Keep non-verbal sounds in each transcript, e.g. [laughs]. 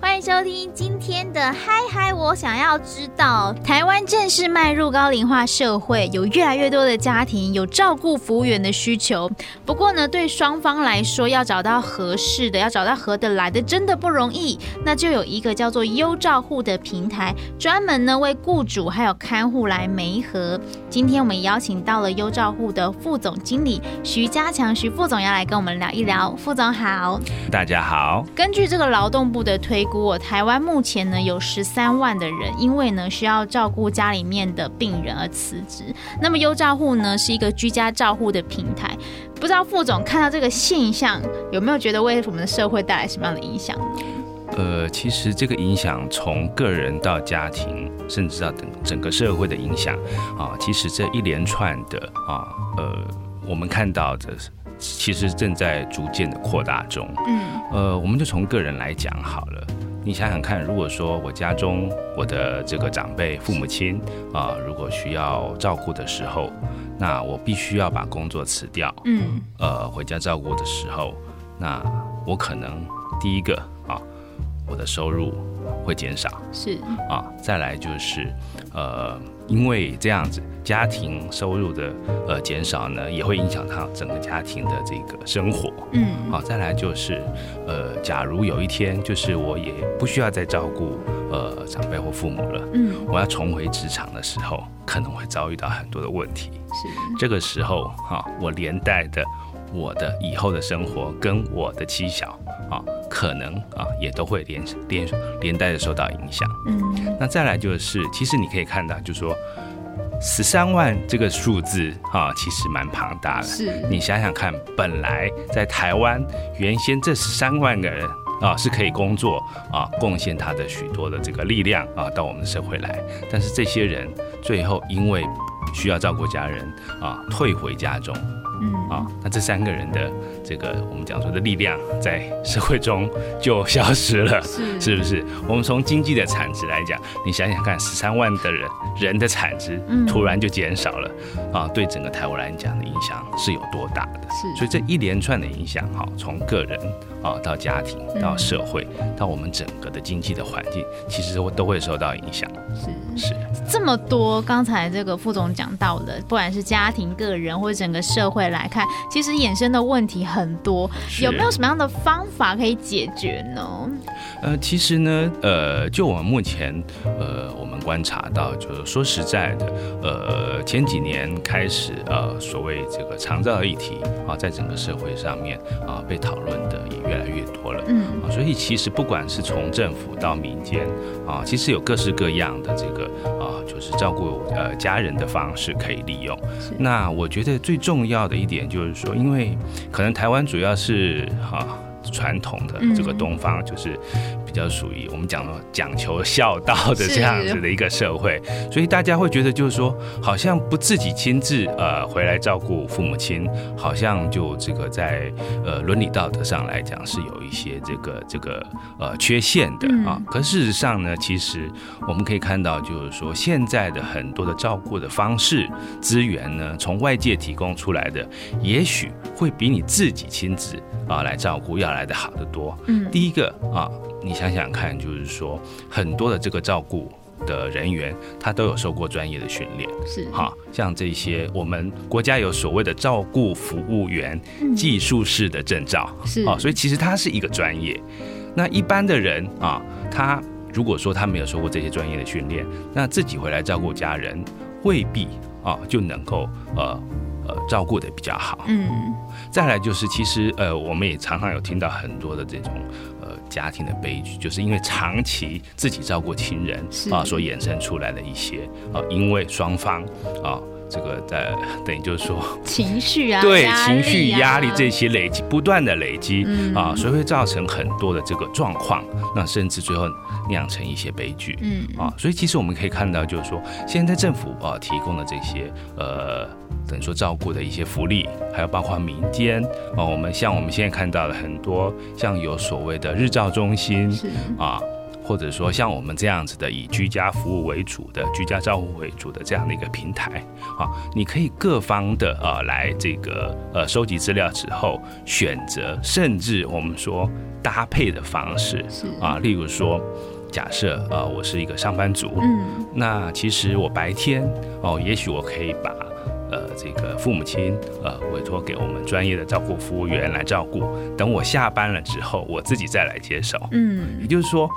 欢迎收听今天的《嗨嗨》，我想要知道，台湾正式迈入高龄化社会，有越来越多的家庭有照顾服务员的需求。不过呢，对双方来说，要找到合适的，要找到合得来的，真的不容易。那就有一个叫做优照护的平台，专门呢为雇主还有看护来媒合。今天我们邀请到了优照护的副总经理徐家强，徐副总要来跟我们聊一聊。副总好。大家好，根据这个劳动部的推估哦，台湾目前呢有十三万的人，因为呢需要照顾家里面的病人而辞职。那么优照护呢是一个居家照护的平台，不知道副总看到这个现象有没有觉得为我们的社会带来什么样的影响呢？呃，其实这个影响从个人到家庭，甚至到整整个社会的影响啊，其实这一连串的啊，呃，我们看到的是，其实正在逐渐的扩大中。嗯，呃，我们就从个人来讲好了。你想想看，如果说我家中我的这个长辈父母亲啊、如果需要照顾的时候，那我必须要把工作辞掉，嗯，呃，回家照顾的时候，那我可能第一个啊，我的收入会减少是，啊，再来就是呃，因为这样子家庭收入的呃减少呢，也会影响到整个家庭的这个生活。啊嗯，好，再来就是，呃，假如有一天就是我也不需要再照顾呃长辈或父母了，嗯，我要重回职场的时候，可能会遭遇到很多的问题。是，这个时候哈、我连带的我的以后的生活跟我的妻小啊，可能啊也都会连连连带的受到影响。嗯，那再来就是，其实你可以看到，就是说十三万这个数字啊，其实蛮庞大的。是，你想想看，本来在台湾原先这十三万个人啊是可以工作啊，贡献他的许多的这个力量啊到我们的社会来，但是这些人最后因为需要照顾家人啊，退回家中嗯，啊，那这三个人的这个我们讲说的力量在社会中就消失了。是，是不是？我们从经济的产值来讲，你想想看，十三万的人人的产值嗯突然就减少了，啊，对整个台湾来讲的影响是有多大的？是所以这一连串的影响哈，从个人啊到家庭嗯到社会到我们整个的经济的环境，其实都会受到影响。是。是，这么多，刚才这个副总讲到的，不管是家庭、个人或者整个社会来看，其实衍生的问题很多，是有没有什么样的方法可以解决呢？呃，其实呢，呃，就我们目前，呃，我们观察到，就是说实在的，呃，前几年开始，呃，所谓这个长照议题啊，在整个社会上面啊，被讨论的也越来越多了。嗯，啊，所以其实不管是从政府到民间啊，其实有各式各样的这个啊，就是照顾呃家人的方式可以利用。那我觉得最重要的一点就是说，因为可能台湾主要是啊传统的这个嗯东方，就是比较属于我们讲的讲求孝道的是这样子的一个社会，所以大家会觉得就是说，好像不自己亲自呃回来照顾父母亲，好像就这个在呃伦理道德上来讲是有一些这个这个呃缺陷的啊嗯。可事实上呢，其实我们可以看到，就是说现在的很多的照顾的方式资源呢，从外界提供出来的，也许会比你自己亲自啊来照顾要来的好得多。嗯第一个啊，你想想看，就是说很多的这个照顾。的人员，他都有受过专业的训练，是，哈，像这些我们国家有所谓的照顾服务员嗯技术式的证照，是啊，所以其实它是一个专业。那一般的人啊，他如果说他没有受过这些专业的训练，那自己回来照顾家人，未必啊就能够呃呃照顾的比较好。嗯，再来就是，其实呃，我们也常常有听到很多的这种呃家庭的悲剧，就是因为长期自己照顾亲人是啊所衍生出来的一些啊，因为双方啊这个在等于就是说情绪啊， [laughs] 对压力啊情绪压力这些累积，不断的累积、嗯啊，所以会造成很多的这个状况，那甚至最后酿成一些悲剧。嗯啊，所以其实我们可以看到，就是说现在政府啊提供的这些呃，等于说照顾的一些福利，还有包括民间啊，我们像我们现在看到了很多像有所谓的日照中心是啊。或者说像我们这样子的以居家服务为主的、居家照护为主的这样的一个平台啊，你可以各方的啊来这个呃收集资料之后，选择甚至我们说搭配的方式是啊，例如说，假设呃我是一个上班族，嗯那其实我白天哦，也许我可以把呃这个父母亲呃委托给我们专业的照顾服务员来照顾，等我下班了之后，我自己再来接手。嗯也就是说，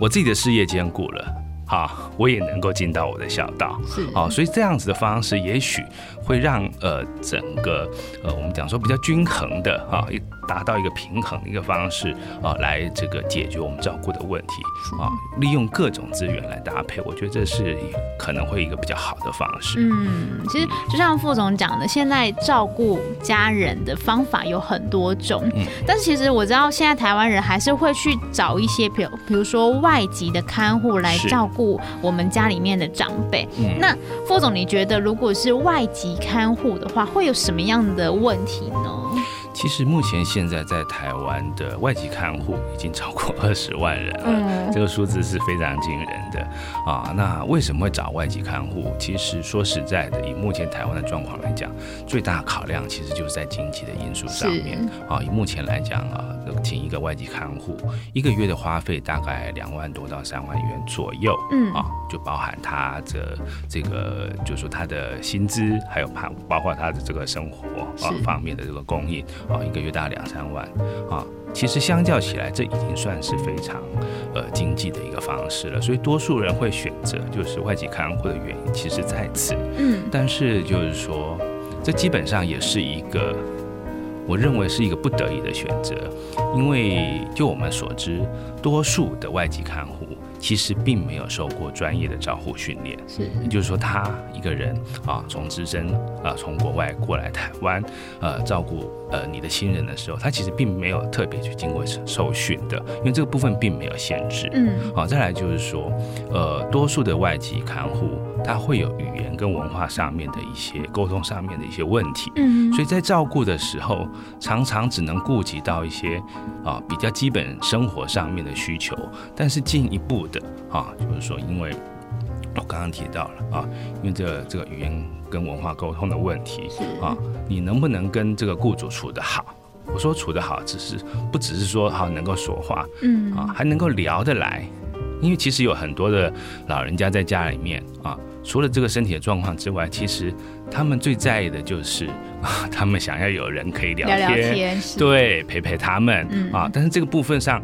我自己的事业兼顾了。啊，我也能够尽到我的孝道，是啊，所以这样子的方式，也许会让呃整个呃我们讲说比较均衡的啊，一达到一个平衡的一个方式啊，来这个解决我们照顾的问题啊，利用各种资源来搭配，我觉得这是可能会一个比较好的方式。嗯，其实就像副总讲的，现在照顾家人的方法有很多种，嗯但是其实我知道现在台湾人还是会去找一些，比如比如说外籍的看护来是照顾我们家里面的长辈。嗯那副总，你觉得如果是外籍看护的话，会有什么样的问题呢？其实目前现在在台湾的外籍看护已经超过二十万人了，嗯这个数字是非常惊人的啊。那为什么会找外籍看护？其实说实在的，以目前台湾的状况来讲，最大考量其实就是在经济的因素上面啊。以目前来讲啊，请一个外籍看护一个月的花费大概两万多到三万元左右，嗯啊，就包含他的这个，就是说他的薪资，还有包包括他的这个生活啊是方面的这个供应啊，一个月大概两三万啊。其实相较起来，这已经算是非常呃经济的一个方式了，所以多数人会选择就是外籍看护的原因，其实在此。嗯，但是就是说，这基本上也是一个，我认为是一个不得已的选择，因为就我们所知，多数的外籍看护其实并没有受过专业的照护训练。是也就是说，他一个人啊，从资深啊，从国外过来台湾，呃，照顾呃你的亲人的时候，他其实并没有特别去经过受训的，因为这个部分并没有限制。嗯好，再来就是说，呃，多数的外籍看护他会有语言跟文化上面的一些沟通上面的一些问题，嗯，所以在照顾的时候，常常只能顾及到一些啊比较基本生活上面的需求，但是进一步的啊，就是说，因为我刚刚提到了啊，因为这个这个语言跟文化沟通的问题啊，你能不能跟这个雇主处得好？我说处得好，只是不只是说好能够说话，嗯啊，还能够聊得来。因为其实有很多的老人家在家里面啊，除了这个身体的状况之外，其实他们最在意的就是啊，他们想要有人可以聊聊天，聊天是对，陪陪他们、嗯啊。但是这个部分上，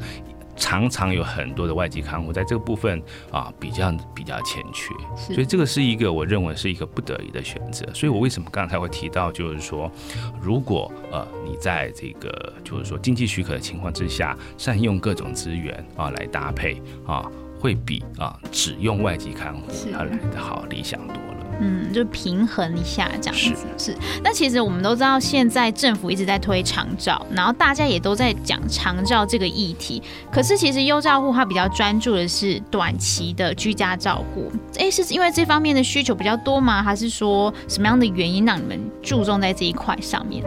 常常有很多的外籍看护在这个部分啊比较比较欠缺，是所以这个是一个我认为是一个不得已的选择。所以我为什么刚才会提到，就是说，如果呃你在这个就是说经济许可的情况之下，善用各种资源啊来搭配啊，会比啊只用外籍看护是要来的好理想多了。嗯，就平衡一下这样子。是那其实我们都知道，现在政府一直在推长照，然后大家也都在讲长照这个议题。可是其实优照护它比较专注的是短期的居家照顾。诶，是因为这方面的需求比较多吗？还是说什么样的原因让你们注重在这一块上面？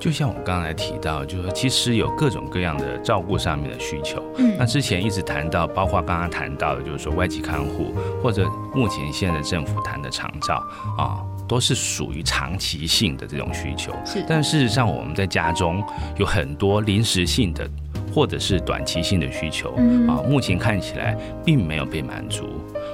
就像我刚才提到，就是说其实有各种各样的照顾上面的需求。嗯那之前一直谈到，包括刚刚谈到的，就是说外籍看护，或者目前现在政府谈的长照啊，都是属于长期性的这种需求。是但事实上我们在家中有很多临时性的或者是短期性的需求嗯啊，目前看起来并没有被满足。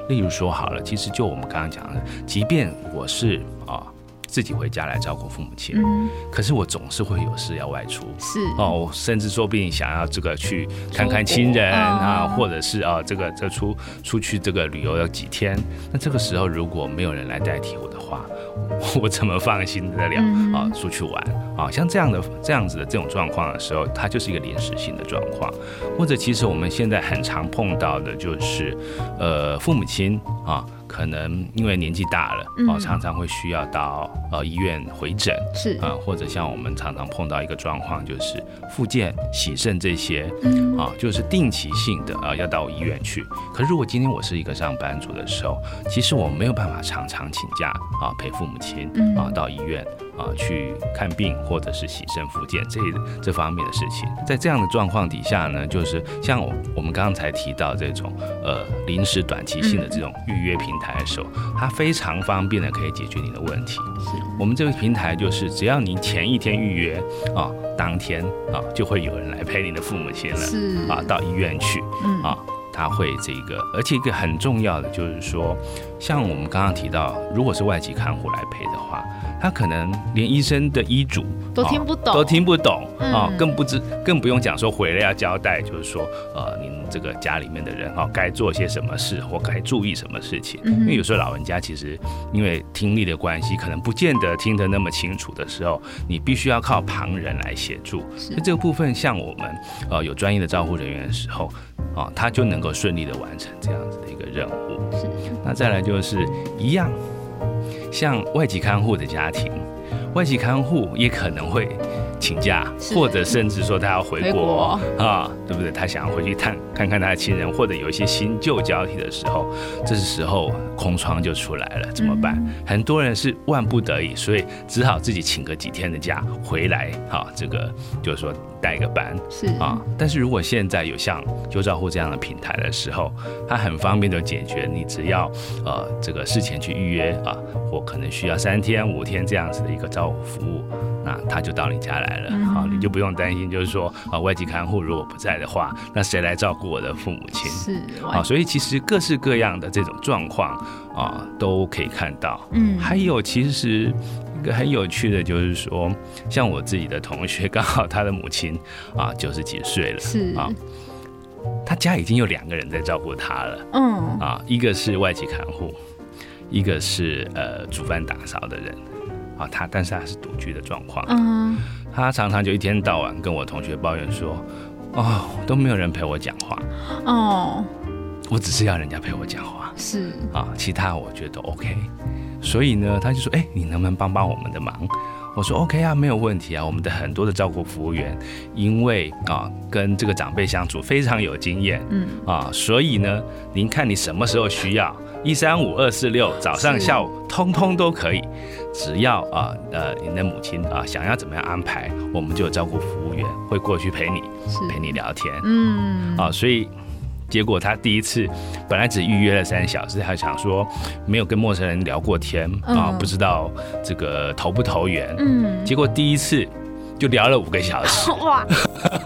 例如说好了，其实就我们刚刚讲的，即便我是啊自己回家来照顾父母亲，嗯，可是我总是会有事要外出。是哦，我甚至说不定想要这个去看看亲人啊，嗯或者是啊，这个这出出去这个旅游要几天，那这个时候如果没有人来代替我的话， [laughs] 我我怎么放心得了嗯啊？出去玩啊，像这样的这样子的这种状况的时候，它就是一个临时性的状况，或者其实我们现在很常碰到的就是，呃，父母亲啊。可能因为年纪大了，嗯哦，常常会需要到呃医院回诊是啊、或者像我们常常碰到一个状况，就是复健、洗肾这些嗯啊、就是定期性的啊、要到医院去。可是如果今天我是一个上班族的时候，其实我没有办法常常请假啊、陪父母亲嗯啊、到医院啊、去看病或者是洗肾复健这这方面的事情。在这样的状况底下呢，就是像我我们刚才提到这种呃临时短期性的这种预约平台的时候，它非常方便的可以解决你的问题。我们这个平台就是只要你前一天预约啊，当天啊就会有人来陪你的父母亲了。是啊，到医院去，嗯啊，他会这个，而且一个很重要的就是说，像我们刚刚提到，如果是外籍看护来陪的话，他可能连医生的医嘱都啊听不懂都听不懂啊嗯，更不知更不用讲说回来要交代，就是说呃，您这个家里面的人哈、该做些什么事或该注意什么事情，嗯哼因为有时候老人家其实因为听力的关系，可能不见得听得那么清楚的时候，你必须要靠旁人来协助。所以这个部分，像我们呃有专业的照护人员的时候，啊、他就能够顺利的完成这样子的一个任务。是。那再来就是一样，像外籍看护的家庭，外籍看护也可能会请假，是或者甚至说他要回回国国啊，对不对？他想要回去探看看他的亲人，或者有一些新旧交替的时候，这时候空窗就出来了，怎么办？嗯很多人是万不得已，所以只好自己请个几天的假回来，哈、这个就是说带个班，是啊，但是如果现在有像优照护这样的平台的时候，它很方便的解决，你只要呃这个事前去预约啊，我可能需要三天五天这样子的一个照护服务，那它就到你家来了，好、你就不用担心，就是说啊、外籍看护如果不在的话，那谁来照顾我的父母亲？是啊，所以其实各式各样的这种状况啊，都可以看到。嗯还有其实一个很有趣的就是说，像我自己的同学， [laughs] 刚好他的母亲啊九十几岁了，是啊，他家已经有两个人在照顾他了嗯啊，一个是外籍看护，一个是呃煮饭打扫的人啊，他但是他是独居的状况，嗯他常常就一天到晚跟我同学抱怨说，哦都没有人陪我讲话，哦我只是要人家陪我讲话。是啊，其他我觉得 OK。所以呢，他就说：“哎、你能不能帮帮我们的忙？”我说：“OK 啊，没有问题啊。我们的很多的照顾服务员，因为啊跟这个长辈相处非常有经验，嗯啊，所以呢，您看你什么时候需要，一三五二四六，早上是下午通通都可以，只要啊呃您的母亲啊想要怎么样安排，我们就有照顾服务员会过去陪你是陪你聊天，嗯啊，所以结果他第一次本来只预约了三小时，他想说没有跟陌生人聊过天啊嗯，不知道这个投不投缘，嗯结果第一次。就聊了五个小时， [laughs] 哇 [laughs]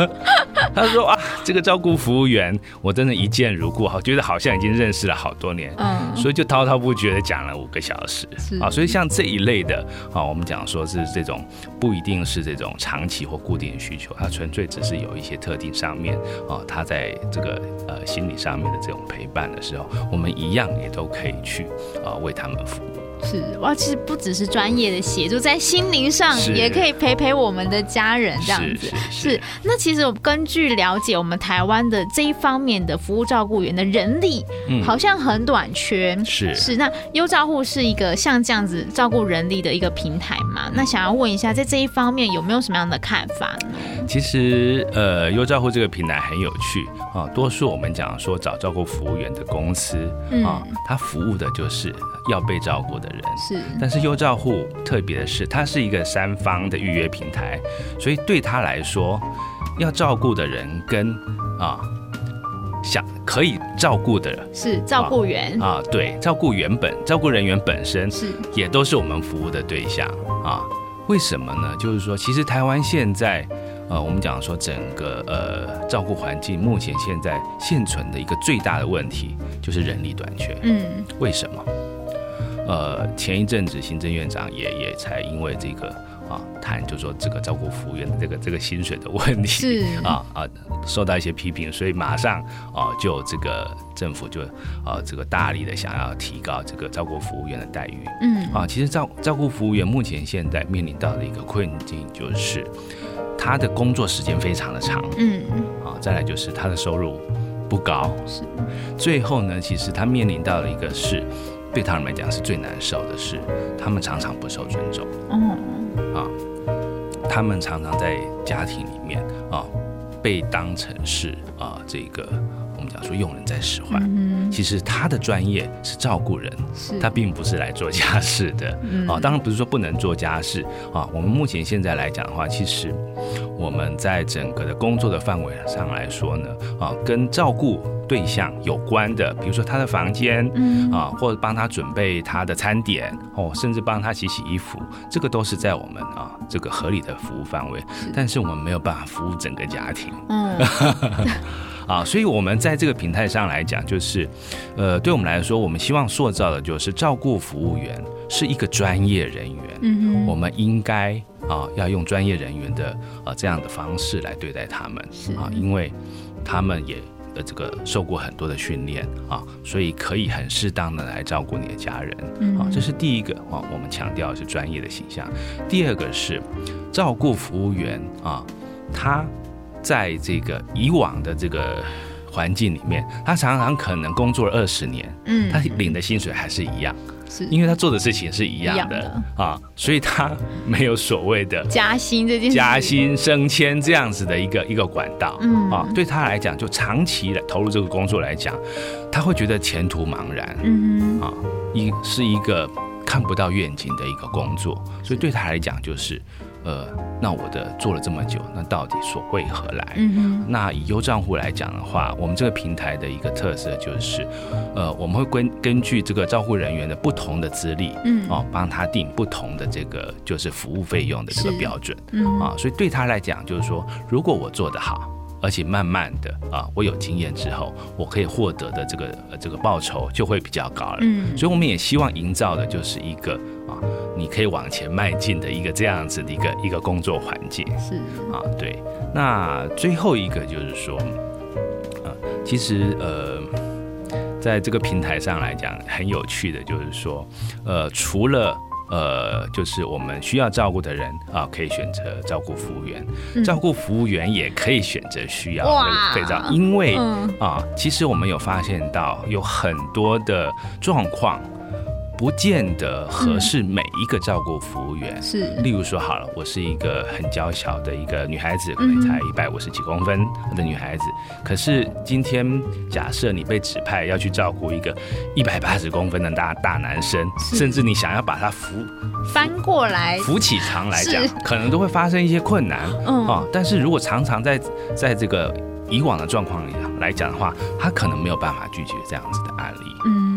他说啊，这个照顾服务员，我真的一见如故，好觉得好像已经认识了好多年，嗯所以就滔滔不绝的讲了五个小时是啊，所以像这一类的啊，我们讲说是这种不一定是这种长期或固定的需求，它纯粹只是有一些特定上面啊，它在这个呃心理上面的这种陪伴的时候，我们一样也都可以去啊为他们服务。是哇，其实不只是专业的协助，在心灵上是也可以陪陪我们的家人这样子。是是是，那其实我根据了解，我们台湾的这一方面的服务照顾员的人力，嗯好像很短缺。是是，那优照护是一个像这样子照顾人力的一个平台嗯嘛？那想要问一下，在这一方面有没有什么样的看法呢？其实，呃，优照护这个平台很有趣啊。多数我们讲说找照顾服务员的公司嗯啊，它服务的就是要被照顾的人。是但是优照护特别的是，它是一个三方的预约平台，所以对他来说，要照顾的人跟啊想可以照顾的人是，照顾员、啊，对，照顾原本照顾人员本身是也都是我们服务的对象啊。为什么呢？就是说，其实台湾现在，呃，我们讲说整个呃照顾环境，目前现在现存的一个最大的问题就是人力短缺。嗯为什么？呃，前一阵子行政院长也也才因为这个啊谈，就说这个照顾服务员的这个这个薪水的问题，是啊啊受到一些批评，所以马上啊就这个政府就啊这个大力的想要提高这个照顾服务员的待遇嗯啊。其实照照顾服务员目前现在面临到的一个困境就是，他的工作时间非常的长，嗯啊，再来就是他的收入不高，是。最后呢，其实他面临到了一个是，对他们来讲是最难受的是，他们常常不受尊重。啊嗯，他们常常在家庭里面啊、被当成是啊、这个我们讲说用人在使唤。其实他的专业是照顾人，嗯是嗯他并不是来做家事的啊、当然不是说不能做家事啊、我们目前现在来讲的话，其实我们在整个的工作的范围上来说呢，啊、跟照顾对象有关的，比如说他的房间，嗯啊，或者帮他准备他的餐点哦，甚至帮他洗洗衣服，这个都是在我们啊这个合理的服务范围。但是我们没有办法服务整个家庭嗯，啊，所以我们在这个平台上来讲，就是，呃，对我们来说，我们希望塑造的就是照顾服务员是一个专业人员，嗯 [laughs] 我们应该啊要用专业人员的啊这样的方式来对待他们啊，因为他们也呃这个受过很多的训练啊，所以可以很适当的来照顾你的家人啊，这是第一个啊，我们强调的是专业的形象。第二个是照顾服务员啊，他在这个以往的这个。环境里面，他常常可能工作了二十年，嗯他领的薪水还是一样，是因为他做的事情是一样一样嗯的啊，所以他没有所谓的加薪这件事，加薪、升迁这样子的一个一个管道，嗯啊，对他来讲，就长期来投入这个工作来讲，他会觉得前途茫然，嗯啊，一是一个看不到愿景的一个工作，所以对他来讲就是，呃，那我的做了这么久，那到底所为何来？嗯那以优账户来讲的话，我们这个平台的一个特色就是，呃，我们会根根据这个照护人员的不同的资历，嗯哦，帮他定不同的这个就是服务费用的这是个标准，嗯啊，所以对他来讲就是说，如果我做得好。而且慢慢的啊，我有经验之后，我可以获得的这个、呃、这个报酬就会比较高了。嗯所以我们也希望营造的就是一个啊，你可以往前迈进的一个这样子的一个一个工作环境。是啊，对。那最后一个就是说，呃，其实呃，在这个平台上来讲，很有趣的就是说，呃，除了呃，就是我们需要照顾的人啊、可以选择照顾服务员，照顾服务员也可以选择需要嗯哇被被照，因为啊、嗯其实我们有发现到有很多的状况，不见得合适每一个照顾服务员，是例如说好了，我是一个很娇小的一个女孩子，可能嗯才一百五十几公分的女孩子，可是今天假设你被指派要去照顾一个一百八十公分的大大男生，甚至你想要把他扶翻过来，扶起床来讲是，可能都会发生一些困难啊、嗯哦但是如果常常在在这个以往的状况里来讲的话，他可能没有办法拒绝这样子的案例。嗯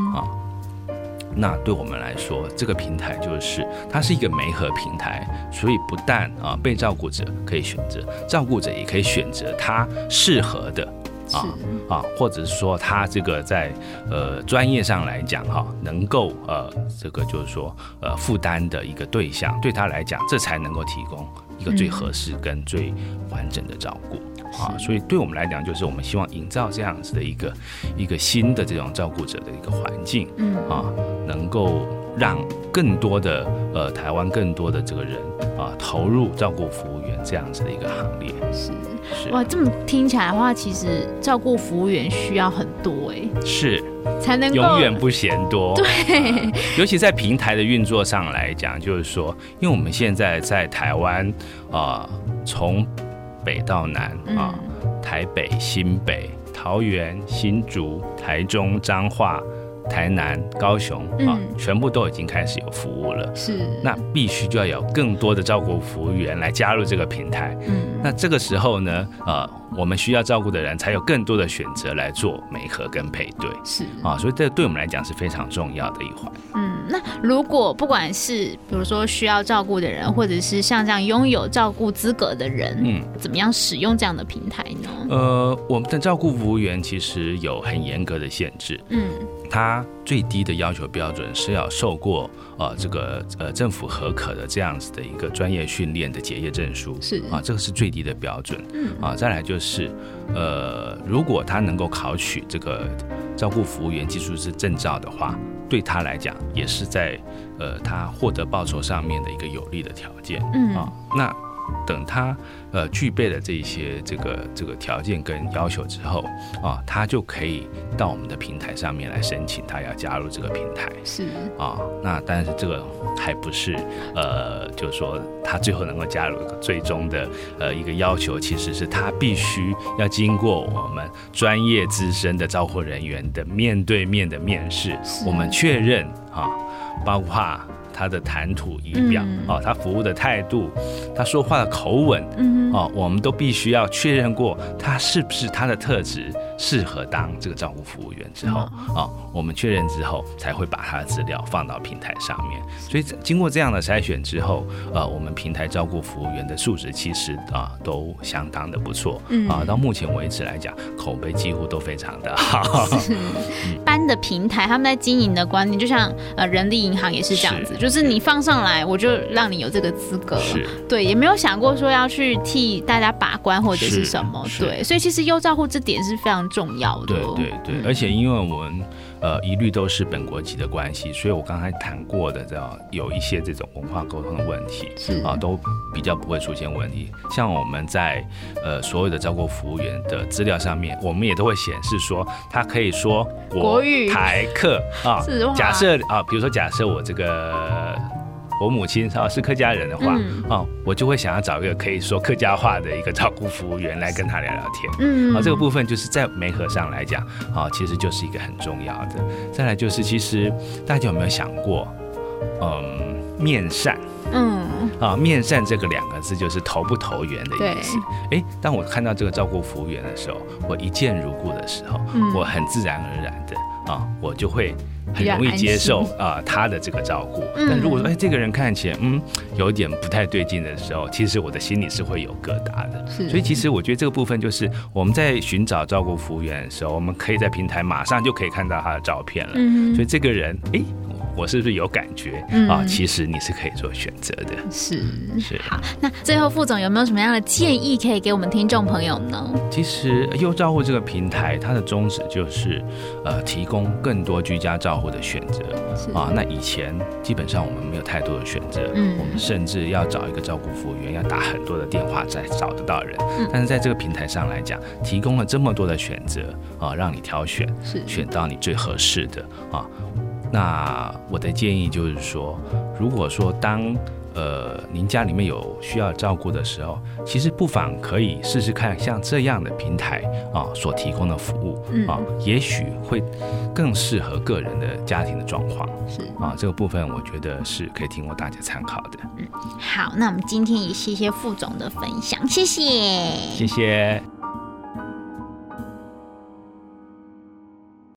那对我们来说，这个平台就是它是一个媒合平台，所以不但啊被照顾者可以选择，照顾者也可以选择他适合的啊啊，或者是说他这个在呃专业上来讲哈、能够呃这个就是说呃负担的一个对象，对他来讲，这才能够提供一个最合适跟最完整的照顾。啊，所以对我们来讲，就是我们希望营造这样子的一个一个新的这种照顾者的一个环境，嗯啊，能够让更多的呃台湾更多的这个人啊投入照顾服务员这样子的一个行列。是是哇，这么听起来的话，其实照顾服务员需要很多哎，是，才能够永远不嫌多。对、尤其在平台的运作上来讲，就是说，因为我们现在在台湾啊、从北到南嗯啊、台北、新北、桃园、新竹、台中、彰化。台南、高雄嗯啊、全部都已经开始有服务了。是那必须就要有更多的照顾服务员来加入这个平台。嗯那这个时候呢，呃，我们需要照顾的人才有更多的选择来做媒合跟配对是啊，所以这对我们来讲是非常重要的一环。嗯，那如果不管是比如说需要照顾的人，或者是像这样拥有照顾资格的人，嗯，怎么样使用这样的平台呢？呃，我们的照顾服务员其实有很严格的限制，嗯，它最低的要求标准是要受过呃这个呃政府合可的这样子的一个专业训练的结业证书，是啊，这个是最低的标准。嗯啊，再来就是呃，如果他能够考取这个照顾服务员技术师证照的话，对他来讲也是在呃他获得报酬上面的一个有利的条件。嗯啊，那等他呃具备了这一些这个这个条件跟要求之后啊，他就可以到我们的平台上面来申请，他要加入这个平台是啊。那但是这个还不是呃，就是说他最后能够加入最终的呃一个要求，其实是他必须要经过我们专业资深的招呼人员的面对面的面试，我们确认啊，包括。他的谈吐仪表嗯啊、他服务的态度，他说话的口吻嗯啊、我们都必须要确认过他是不是他的特质适合当这个照顾服务员之后啊、我们确认之后才会把他的资料放到平台上面。所以这经过这样的筛选之后，呃，我们平台照顾服务员的素质其实啊、都相当的不错嗯啊、到目前为止来讲，口碑几乎都非常的好。嗯一般的平台，他们在经营的观念，就像呃人力银行也是这样子，是就是你放上来，我就让你有这个资格了。是对，也没有想过说要去替大家把关或者是是什么。是对，所以其实优照护这点是非常重要的对哦。对对，而且因为我们呃一律都是本国籍的关系，所以我刚才谈过的这样有一些这种文化沟通的问题是啊，都比较不会出现问题。像我们在呃所有的照顾服务员的资料上面，我们也都会显示说，他可以说国国语台客啊是哇，假设啊，比如说假设我这个。我母亲啊是客家人的话，嗯啊，我就会想要找一个可以说客家话的一个照顾服务员来跟他聊聊天。嗯啊，这个部分就是在媒合上来讲，啊，其实就是一个很重要的。再来就是，其实大家有没有想过，嗯，面善嗯，啊，面善这个两个字就是投不投缘的意思。诶，当我看到这个照顾服务员的时候，我一见如故的时候，嗯我很自然而然的啊，我就会。比很较容易安接心受啊、他的这个照顾，嗯但如果说哎这个人看起来嗯有点不太对劲的时候，其实我的心里是会有疙瘩的。是所以其实我觉得这个部分就是我们在寻找照顾服务员的时候，我们可以在平台马上就可以看到他的照片了。嗯哼所以这个人，诶，我是不是有感觉、嗯啊？其实你是可以做选择的。是。是，那最后副总有没有什么样的建议可以给我们听众朋友呢？其实优照护这个平台，它的宗旨就是，呃，提供更多居家照护的选择是啊。那以前基本上我们没有太多的选择，嗯我们甚至要找一个照顾服务员，要打很多的电话才找得到人。嗯但是在这个平台上来讲，提供了这么多的选择啊，让你挑选，是选到你最合适的啊。那我的建议就是说，如果说当呃您家里面有需要照顾的时候，其实不妨可以试试看像这样的平台啊所提供的服务啊，也许会更适合个人的家庭的状况。是啊，这个部分我觉得是可以提供大家参考的。好，那我们今天也谢谢副总的分享，谢谢。谢谢。